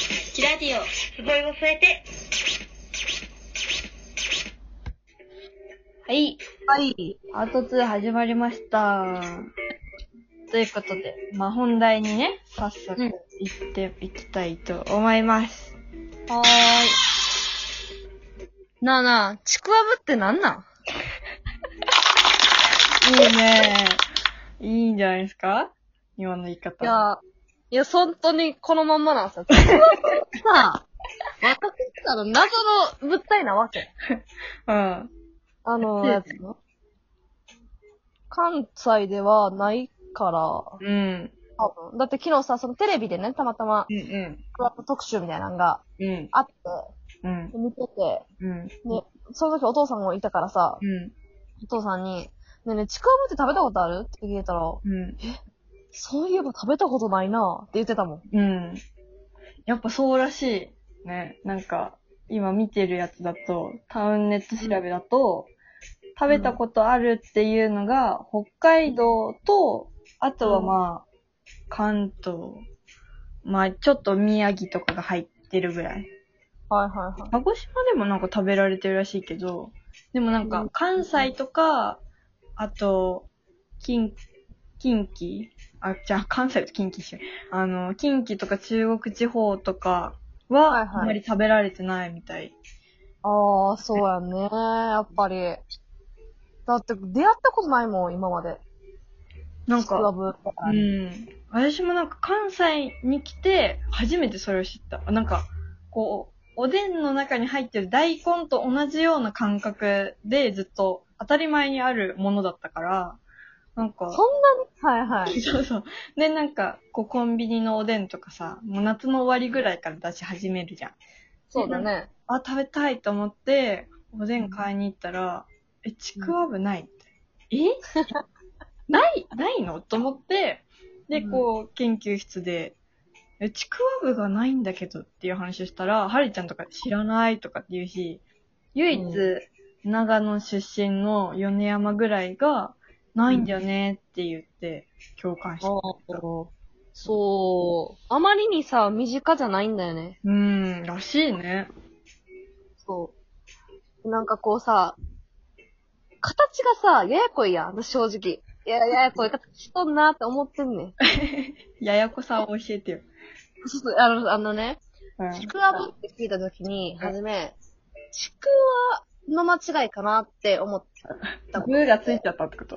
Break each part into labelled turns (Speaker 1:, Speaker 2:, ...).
Speaker 1: ジオ、すごいを添えて。はい、
Speaker 2: はい。
Speaker 1: パート2始まりました。ということで、まあ、本題にね、早速
Speaker 2: うん
Speaker 1: 行っていきたいと思います。
Speaker 2: はーい。なあなあ、ちくわぶってなんなん
Speaker 1: いいねいいんじゃないですか今の言い方。
Speaker 2: いや、いや、本当にこのまんまなんですよ。ちくわぶ ってさ、私ったら謎の物体なわけ。
Speaker 1: うん。
Speaker 2: あの、
Speaker 1: や
Speaker 2: や
Speaker 1: つ
Speaker 2: つの関西ではないから、
Speaker 1: うん。
Speaker 2: 多分。だって昨日さ、そのテレビでね、たまたま、
Speaker 1: うんうん。
Speaker 2: ちくわぶ特集みたいなのが
Speaker 1: うん。
Speaker 2: あって、
Speaker 1: うん。
Speaker 2: で見てて、
Speaker 1: うん。
Speaker 2: その時お父さんもいたからさ、
Speaker 1: うん。
Speaker 2: お父さんに、ねえねえ、ちくわぶって食べたことあるって聞いたら、
Speaker 1: うん。
Speaker 2: そういえば食べたことないなぁって言ってたもん。
Speaker 1: うん。やっぱそうらしい。ね。なんか、今見てるやつだと、タウンネット調べだと、食べたことあるっていうのが、北海道と、あとはまあ、関東、まあ、ちょっと宮城とかが入ってるぐらい。
Speaker 2: はいはいはい。
Speaker 1: 鹿児島でもなんか食べられてるらしいけど、でもなん
Speaker 2: う
Speaker 1: か
Speaker 2: ん
Speaker 1: 関西とか、あと、近、近畿あ、じゃあ関西と近畿しようあの、近畿とか中国地方とか
Speaker 2: はい
Speaker 1: は、
Speaker 2: はい
Speaker 1: あんまり食べられてないみたい。
Speaker 2: ああ、そうやんね。やっぱり。だって出会ったことないもん、今まで。
Speaker 1: なん
Speaker 2: クラ
Speaker 1: か、
Speaker 2: ブ。
Speaker 1: うん。私もなんか関西に来て、初めてそれを知った。あなんか、こう、おでんの中に入ってる大根と同じような感覚でずっと当たり前にあるものだったから、なんか、
Speaker 2: そんなにはいはい。
Speaker 1: そうそう。で、なんか、こう、コンビニのおでんとかさ、もう夏の終わりぐらいから出し始めるじゃん。
Speaker 2: そうだね。
Speaker 1: あ、食べたいと思って、おでん買いに行ったら、え、ちくわぶない、 えないないのと思って、で、
Speaker 2: うん
Speaker 1: こう、研究室で、え、ちくわぶがないんだけどっていう話をしたら、はりちゃんとか知らないとかって言うし、唯一、
Speaker 2: う
Speaker 1: 長野出身の米山ぐらいが、ないんだよねって言って、共感した。
Speaker 2: そう。あまりにさ、身近じゃないんだよね。
Speaker 1: うーん、らしいね。
Speaker 2: そう。なんかこうさ、形がさ、ややこいやん、私正直。いや、ややこい形しとんなって思ってんねん。
Speaker 1: ややこさを教えてよ。
Speaker 2: そう そうあの、あのね、
Speaker 1: うん
Speaker 2: ちくわぶって聞いたときに、
Speaker 1: うん
Speaker 2: はじめ、ちくわの間違いかなって思って、
Speaker 1: グーがついちゃったってこと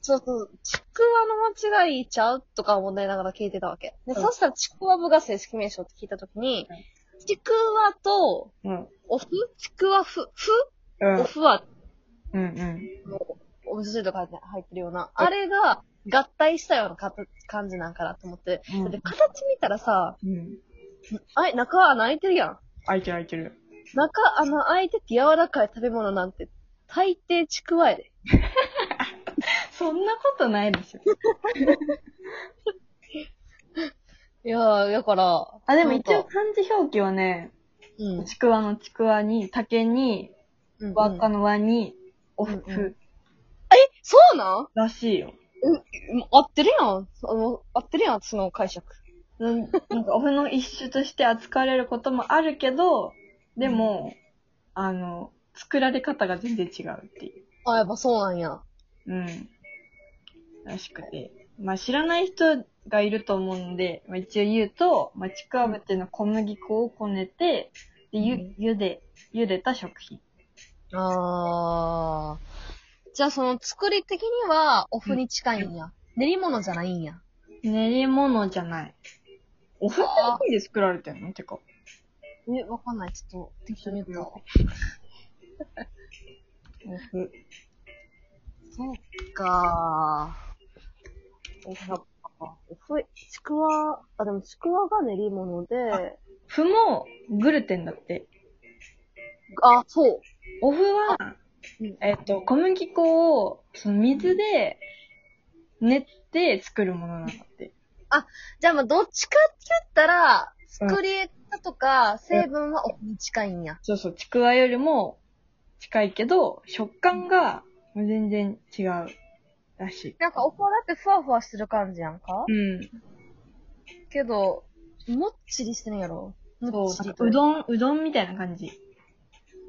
Speaker 2: そうそう、ちくわの間違いちゃうとか思いながら聞いてたわけ。
Speaker 1: う
Speaker 2: で、
Speaker 1: ん
Speaker 2: そしたらちくわぶが正式名称って聞いたときに
Speaker 1: う、
Speaker 2: ちくわと、
Speaker 1: うん。
Speaker 2: おふちくわふ、ふ
Speaker 1: うん
Speaker 2: お。ふは、
Speaker 1: うんうん。
Speaker 2: お味噌汁とか入って入ってるような、あれが合体したようなかた感じなんかなと思って。
Speaker 1: うん
Speaker 2: で、形見たらさ、
Speaker 1: うん。
Speaker 2: あい、中穴開いてるやん。
Speaker 1: 開いてる開いてる。
Speaker 2: 中穴開いてて柔らかい食べ物なんて、大抵ちくわやで。
Speaker 1: そんなことないでしょ。
Speaker 2: いやー、だから。
Speaker 1: あ、でも
Speaker 2: なん
Speaker 1: 一
Speaker 2: か
Speaker 1: 応、漢字表記はね、
Speaker 2: うん。
Speaker 1: ちくわのちくわに、竹に、
Speaker 2: うん
Speaker 1: 輪っかの輪に、おふ
Speaker 2: うんう
Speaker 1: く
Speaker 2: そうなん
Speaker 1: らしいよ。
Speaker 2: もう合ってるやん。あの、合ってるやん、その解釈。
Speaker 1: うん、なんかおふの一種として扱われることもあるけど、でも、あの、作られ方が全然違うっていう。
Speaker 2: あ、やっぱそうなんや。
Speaker 1: うん。らしくて。まあ知らない人がいると思うんで、まあ、一応言うと、まあ、ちくわぶっていうのは小麦粉をこねて、で、
Speaker 2: う
Speaker 1: ゆ
Speaker 2: ん、
Speaker 1: ゆで、茹でた食品。
Speaker 2: あー。じゃあその作り的には、お麩に近いんや。練り物じゃないん や。
Speaker 1: 練り物じゃない。お麩ってどこで作られてんのてか。
Speaker 2: え、わかんない。ちょっと、適当 に言った。
Speaker 1: お麩。
Speaker 2: そうかー。お麩、お麩、ちくわ、あ、でもちくわが練り物で、
Speaker 1: 麩もグルテンだって。
Speaker 2: あ、そう。
Speaker 1: お麩は
Speaker 2: うん、
Speaker 1: えっ、と、小麦粉を、その水で、練って作るものなんだって。
Speaker 2: じゃあまあどっちかって言ったら、
Speaker 1: うん
Speaker 2: 作り方とか成分はお麩に近いんや。
Speaker 1: そうそう、ちくわよりも近いけど、食感が全然違うらしい。
Speaker 2: なんかお麩はだってふわふわしてる感じやんか、
Speaker 1: うん。
Speaker 2: けど、もっちりしてるんやろ
Speaker 1: そう、
Speaker 2: ち
Speaker 1: なん
Speaker 2: り
Speaker 1: か
Speaker 2: と
Speaker 1: うどん、うどんみたいな感じ。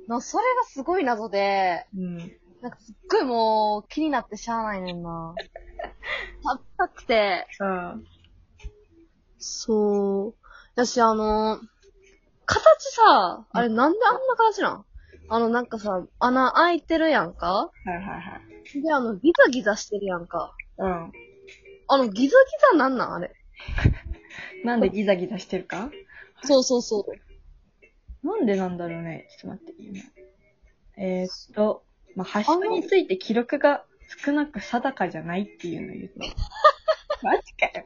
Speaker 2: なそれがすごい謎で、
Speaker 1: うん。
Speaker 2: なんかすっごいもう気になってしゃあないねん な。食べたくて。
Speaker 1: あ
Speaker 2: そう。だし、あの、形さ、あれなんであんな形なんあの、なんかさ、穴開いてるやんか
Speaker 1: あ、はいはい
Speaker 2: で、あの、ギザギザしてるやんか。
Speaker 1: はい。
Speaker 2: あの、ギザギザなんなんあれ。
Speaker 1: うん。なんでギザギザしてるか
Speaker 2: そうそうそう。
Speaker 1: なんでなんだろうね。ちょっと待って、今。えー、っと、まあ、発症について記録が少なく定かじゃないっていうのを言 うて。マジかよ。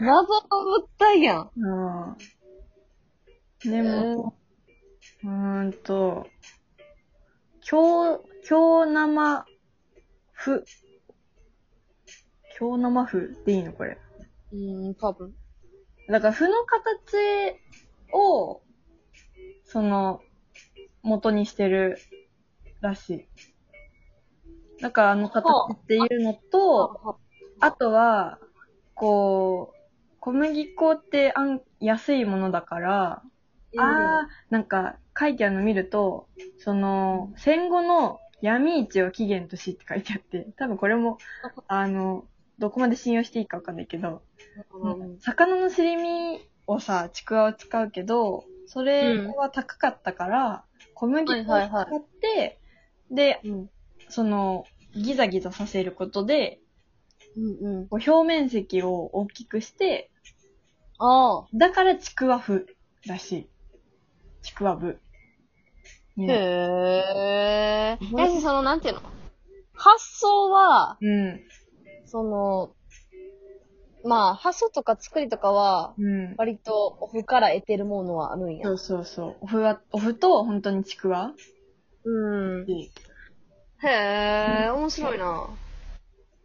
Speaker 2: 謎の物体やん。
Speaker 1: うん。でも、うーんと、京、京生風。京生風でいいのこれ。
Speaker 2: うーん、多分。
Speaker 1: だから、負の形を、その、元にしてるらしい。だから、あの形っていうのと、あとは、こう、小麦粉ってあん安いものだから、ああ、なんか、書いてあるの見ると、その、戦後の闇市を起源としって書いてあって、多分これも、あの、どこまで信用していいかわかんないけど、
Speaker 2: うん
Speaker 1: 魚のすり身をさ、ちくわを使うけど、それは高かったから、小麦粉を使って、
Speaker 2: はいはい
Speaker 1: で、
Speaker 2: うん。
Speaker 1: その、ギザギザさせることで、
Speaker 2: うんうん。
Speaker 1: こう表面積を大きくして、
Speaker 2: ああ。
Speaker 1: だからちくわ風らしい。ちくわ部。
Speaker 2: へ
Speaker 1: ね
Speaker 2: え。
Speaker 1: うん
Speaker 2: え、その、なんていうの発想は、
Speaker 1: うん。
Speaker 2: その、まあ、発想とか作りとかは、
Speaker 1: うん。
Speaker 2: 割とオフから得てるものはあるんや
Speaker 1: そ。うそうそう。おふは、おふと本当にちくわ
Speaker 2: うん。へえ、面白いな。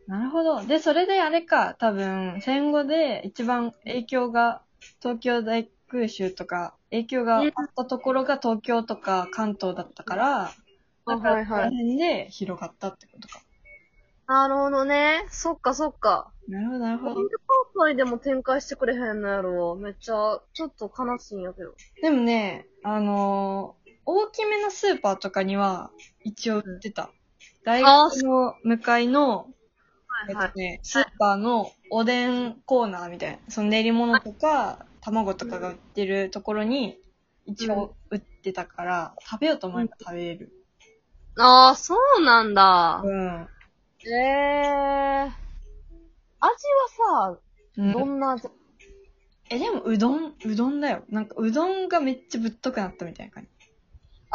Speaker 1: なるほど。で、それであれか、多分、戦後で一番影響が、東京大空襲とか、影響があったところが東京とか関東だったから、
Speaker 2: うん
Speaker 1: だか
Speaker 2: は
Speaker 1: ら、
Speaker 2: い
Speaker 1: こ
Speaker 2: は
Speaker 1: の
Speaker 2: い
Speaker 1: 辺で広がったってことか。
Speaker 2: なるほどね。そっかそっか。
Speaker 1: なるほど、なるほ
Speaker 2: な
Speaker 1: ど
Speaker 2: んで。関西でも展開してくれへんのやろめっちゃ、ちょっと悲しいんやけど。
Speaker 1: でもね、あのー大きめのスーパーとかには、一応売ってた。大学の向かいの、えっとね、スーパーのおでんコーナーみたいな、その練り物とか、卵とかが売ってるところに、一応売ってたから、食べようと思えば食べれる。
Speaker 2: ああ、そうなんだ
Speaker 1: う。ん。
Speaker 2: ええー。味はさ、
Speaker 1: うん
Speaker 2: どんな味、
Speaker 1: え、でもうどん、うどんだよ。なんかうどんがめっちゃぶっとくなったみたいな感じ。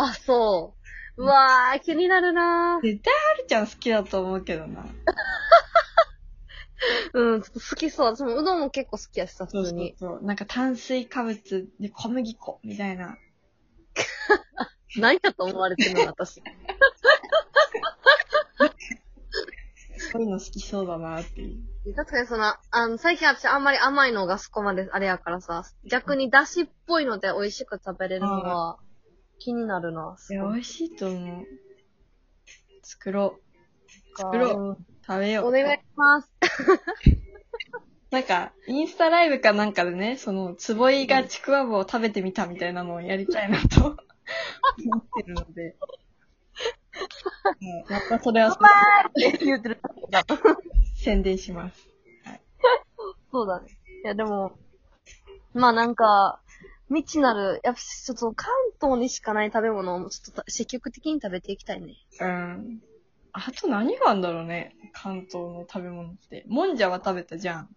Speaker 2: あ、そう。うわー、気になるな
Speaker 1: 絶対はるちゃん好きだと思うけどな。
Speaker 2: うん、ちょっと好きそう。私もうどんも結構好きやしさ、
Speaker 1: そう
Speaker 2: 普通
Speaker 1: そう
Speaker 2: に。
Speaker 1: そう。なんか炭水化物で小麦粉みたいな。
Speaker 2: 何やと思われてるの、私。
Speaker 1: そういうの好きそうだなっていう。
Speaker 2: 確かにその、あの、最近私あんまり甘いのがそこまであれやからさ、逆に出汁っぽいので美味しく食べれるのは気になるな。
Speaker 1: いや、美味しいと思う。作ろう。作
Speaker 2: 作
Speaker 1: ろ
Speaker 2: う。
Speaker 1: 食べよう。
Speaker 2: お願いします。
Speaker 1: なんか、インスタライブかなんかでね、その、つぼいがちくわぶを食べてみたみたいなのをやりたいなと、思ってるので。もうまたそれはそれ
Speaker 2: 言ってる。
Speaker 1: 宣伝します。
Speaker 2: そうだね。いや、でも、まあなんか、未知なる、やっぱちょっと関東にしかない食べ物をちょっと積極的に食べていきたいね。
Speaker 1: うん。あと何があるんだろうね、関東の食べ物って。もんじゃは食べたじゃん。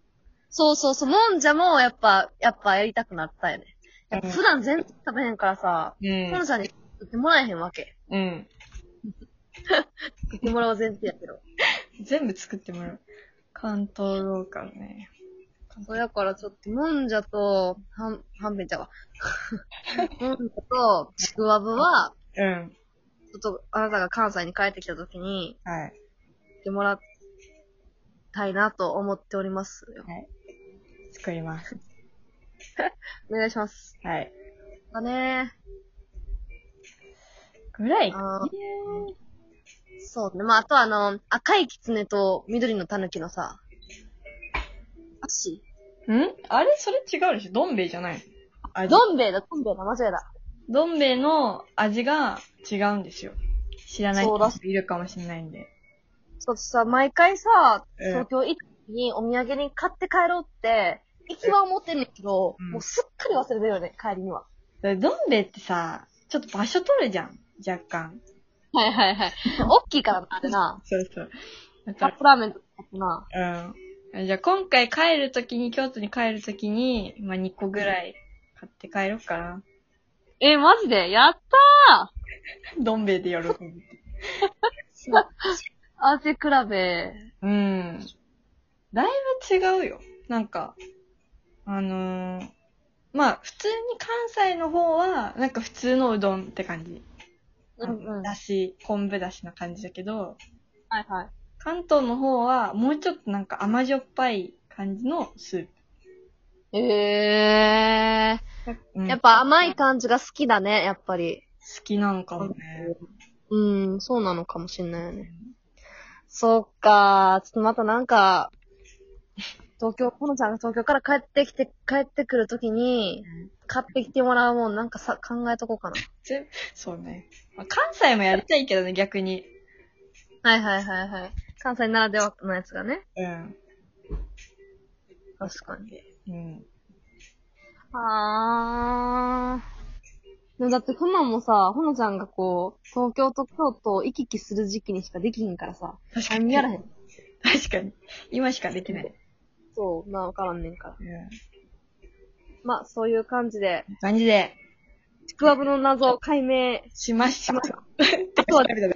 Speaker 2: そうそうそう、もんじゃもやっぱ、やっぱやりたくなったよね。やっぱ
Speaker 1: うん
Speaker 2: 普段全然食べへんからさ、
Speaker 1: う
Speaker 2: もん
Speaker 1: ん。
Speaker 2: じゃに作ってもらえへんわけ。
Speaker 1: うん。
Speaker 2: 作ってもらおう前提やけど。
Speaker 1: 全部作ってもらう。関東ローカルね。
Speaker 2: そうやからちょっと、もんじゃと、はん、はんべ んちゃうわ。もんじゃと、ちくわぶは、
Speaker 1: うん。
Speaker 2: ちょっと、あなたが関西に帰ってきた時に、
Speaker 1: はい。
Speaker 2: やってもらったいなと思っておりますよ。
Speaker 1: 作ります。
Speaker 2: お願いします。
Speaker 1: はい。
Speaker 2: だね
Speaker 1: ぐらいか
Speaker 2: あ
Speaker 1: ね。
Speaker 2: そうね。まあ、あとあの、赤い狐と緑の狸のさ、足
Speaker 1: んあれそれ違うでしょどん兵衛じゃないの味。
Speaker 2: どん兵衛だ、どん兵衛だ、間違いだ。
Speaker 1: どん兵衛の味が違うんですよ。知らない
Speaker 2: そうらし
Speaker 1: 人いるかもしれないんで。
Speaker 2: ちょっとさ、毎回さ、
Speaker 1: ええ
Speaker 2: 東京行った時にお土産に買って帰ろうって、行きは思ってんねんけど、
Speaker 1: うん
Speaker 2: もうすっかり忘れてるよね、帰りには。
Speaker 1: でどん兵衛ってさ、ちょっと場所取るじゃん。若干。
Speaker 2: はいはい はい。大きいからな、あれな。
Speaker 1: そうそう。だ
Speaker 2: カ
Speaker 1: か
Speaker 2: ップラーメンとかな。
Speaker 1: ら、うん。じゃあ今回帰るときに、京都に帰るときに、まあ2個ぐらい買って帰ろうかな。
Speaker 2: え、マジでやった
Speaker 1: どん兵衛で喜ぶ。
Speaker 2: ー味比べ。
Speaker 1: うん。だいぶ違うよ。なんか、あのー、まあ、普通に関西の方は、なんか普通のうどんって感じ。だし、昆布だしの感じだけど、
Speaker 2: はいはい。
Speaker 1: 関東の方は、もうちょっとなんか甘じょっぱい感じのスープ。
Speaker 2: え
Speaker 1: う
Speaker 2: ー。
Speaker 1: ん
Speaker 2: やっぱ甘い感じが好きだね、やっぱり。
Speaker 1: 好きなのかもね。
Speaker 2: うん、そうなのかもしんないよね。そっかちょっとまたなんか、東京、ほのちゃんが東京から帰ってきて、帰ってくるときに、買ってきてもらうもん、なんかさ、考えとこうかな。
Speaker 1: そうね。まあ、関西もやりたいけどね、逆に。
Speaker 2: はいはいはいはい。関西ならではのやつがね。
Speaker 1: うん。
Speaker 2: 確かに。
Speaker 1: うん。
Speaker 2: あー。でもだって、ふまもさ、ほのちゃんがこう、東京と京都を行き来する時期にしかできひんからさ、
Speaker 1: 確
Speaker 2: あ見やらへん。
Speaker 1: 確かに。今しかできない。
Speaker 2: そう、まあわからんねんから。
Speaker 1: う
Speaker 2: まあ、そういう感じで、
Speaker 1: ん。感じで、
Speaker 2: ちくわぶの謎を解明
Speaker 1: しました。
Speaker 2: あとは
Speaker 1: 食べた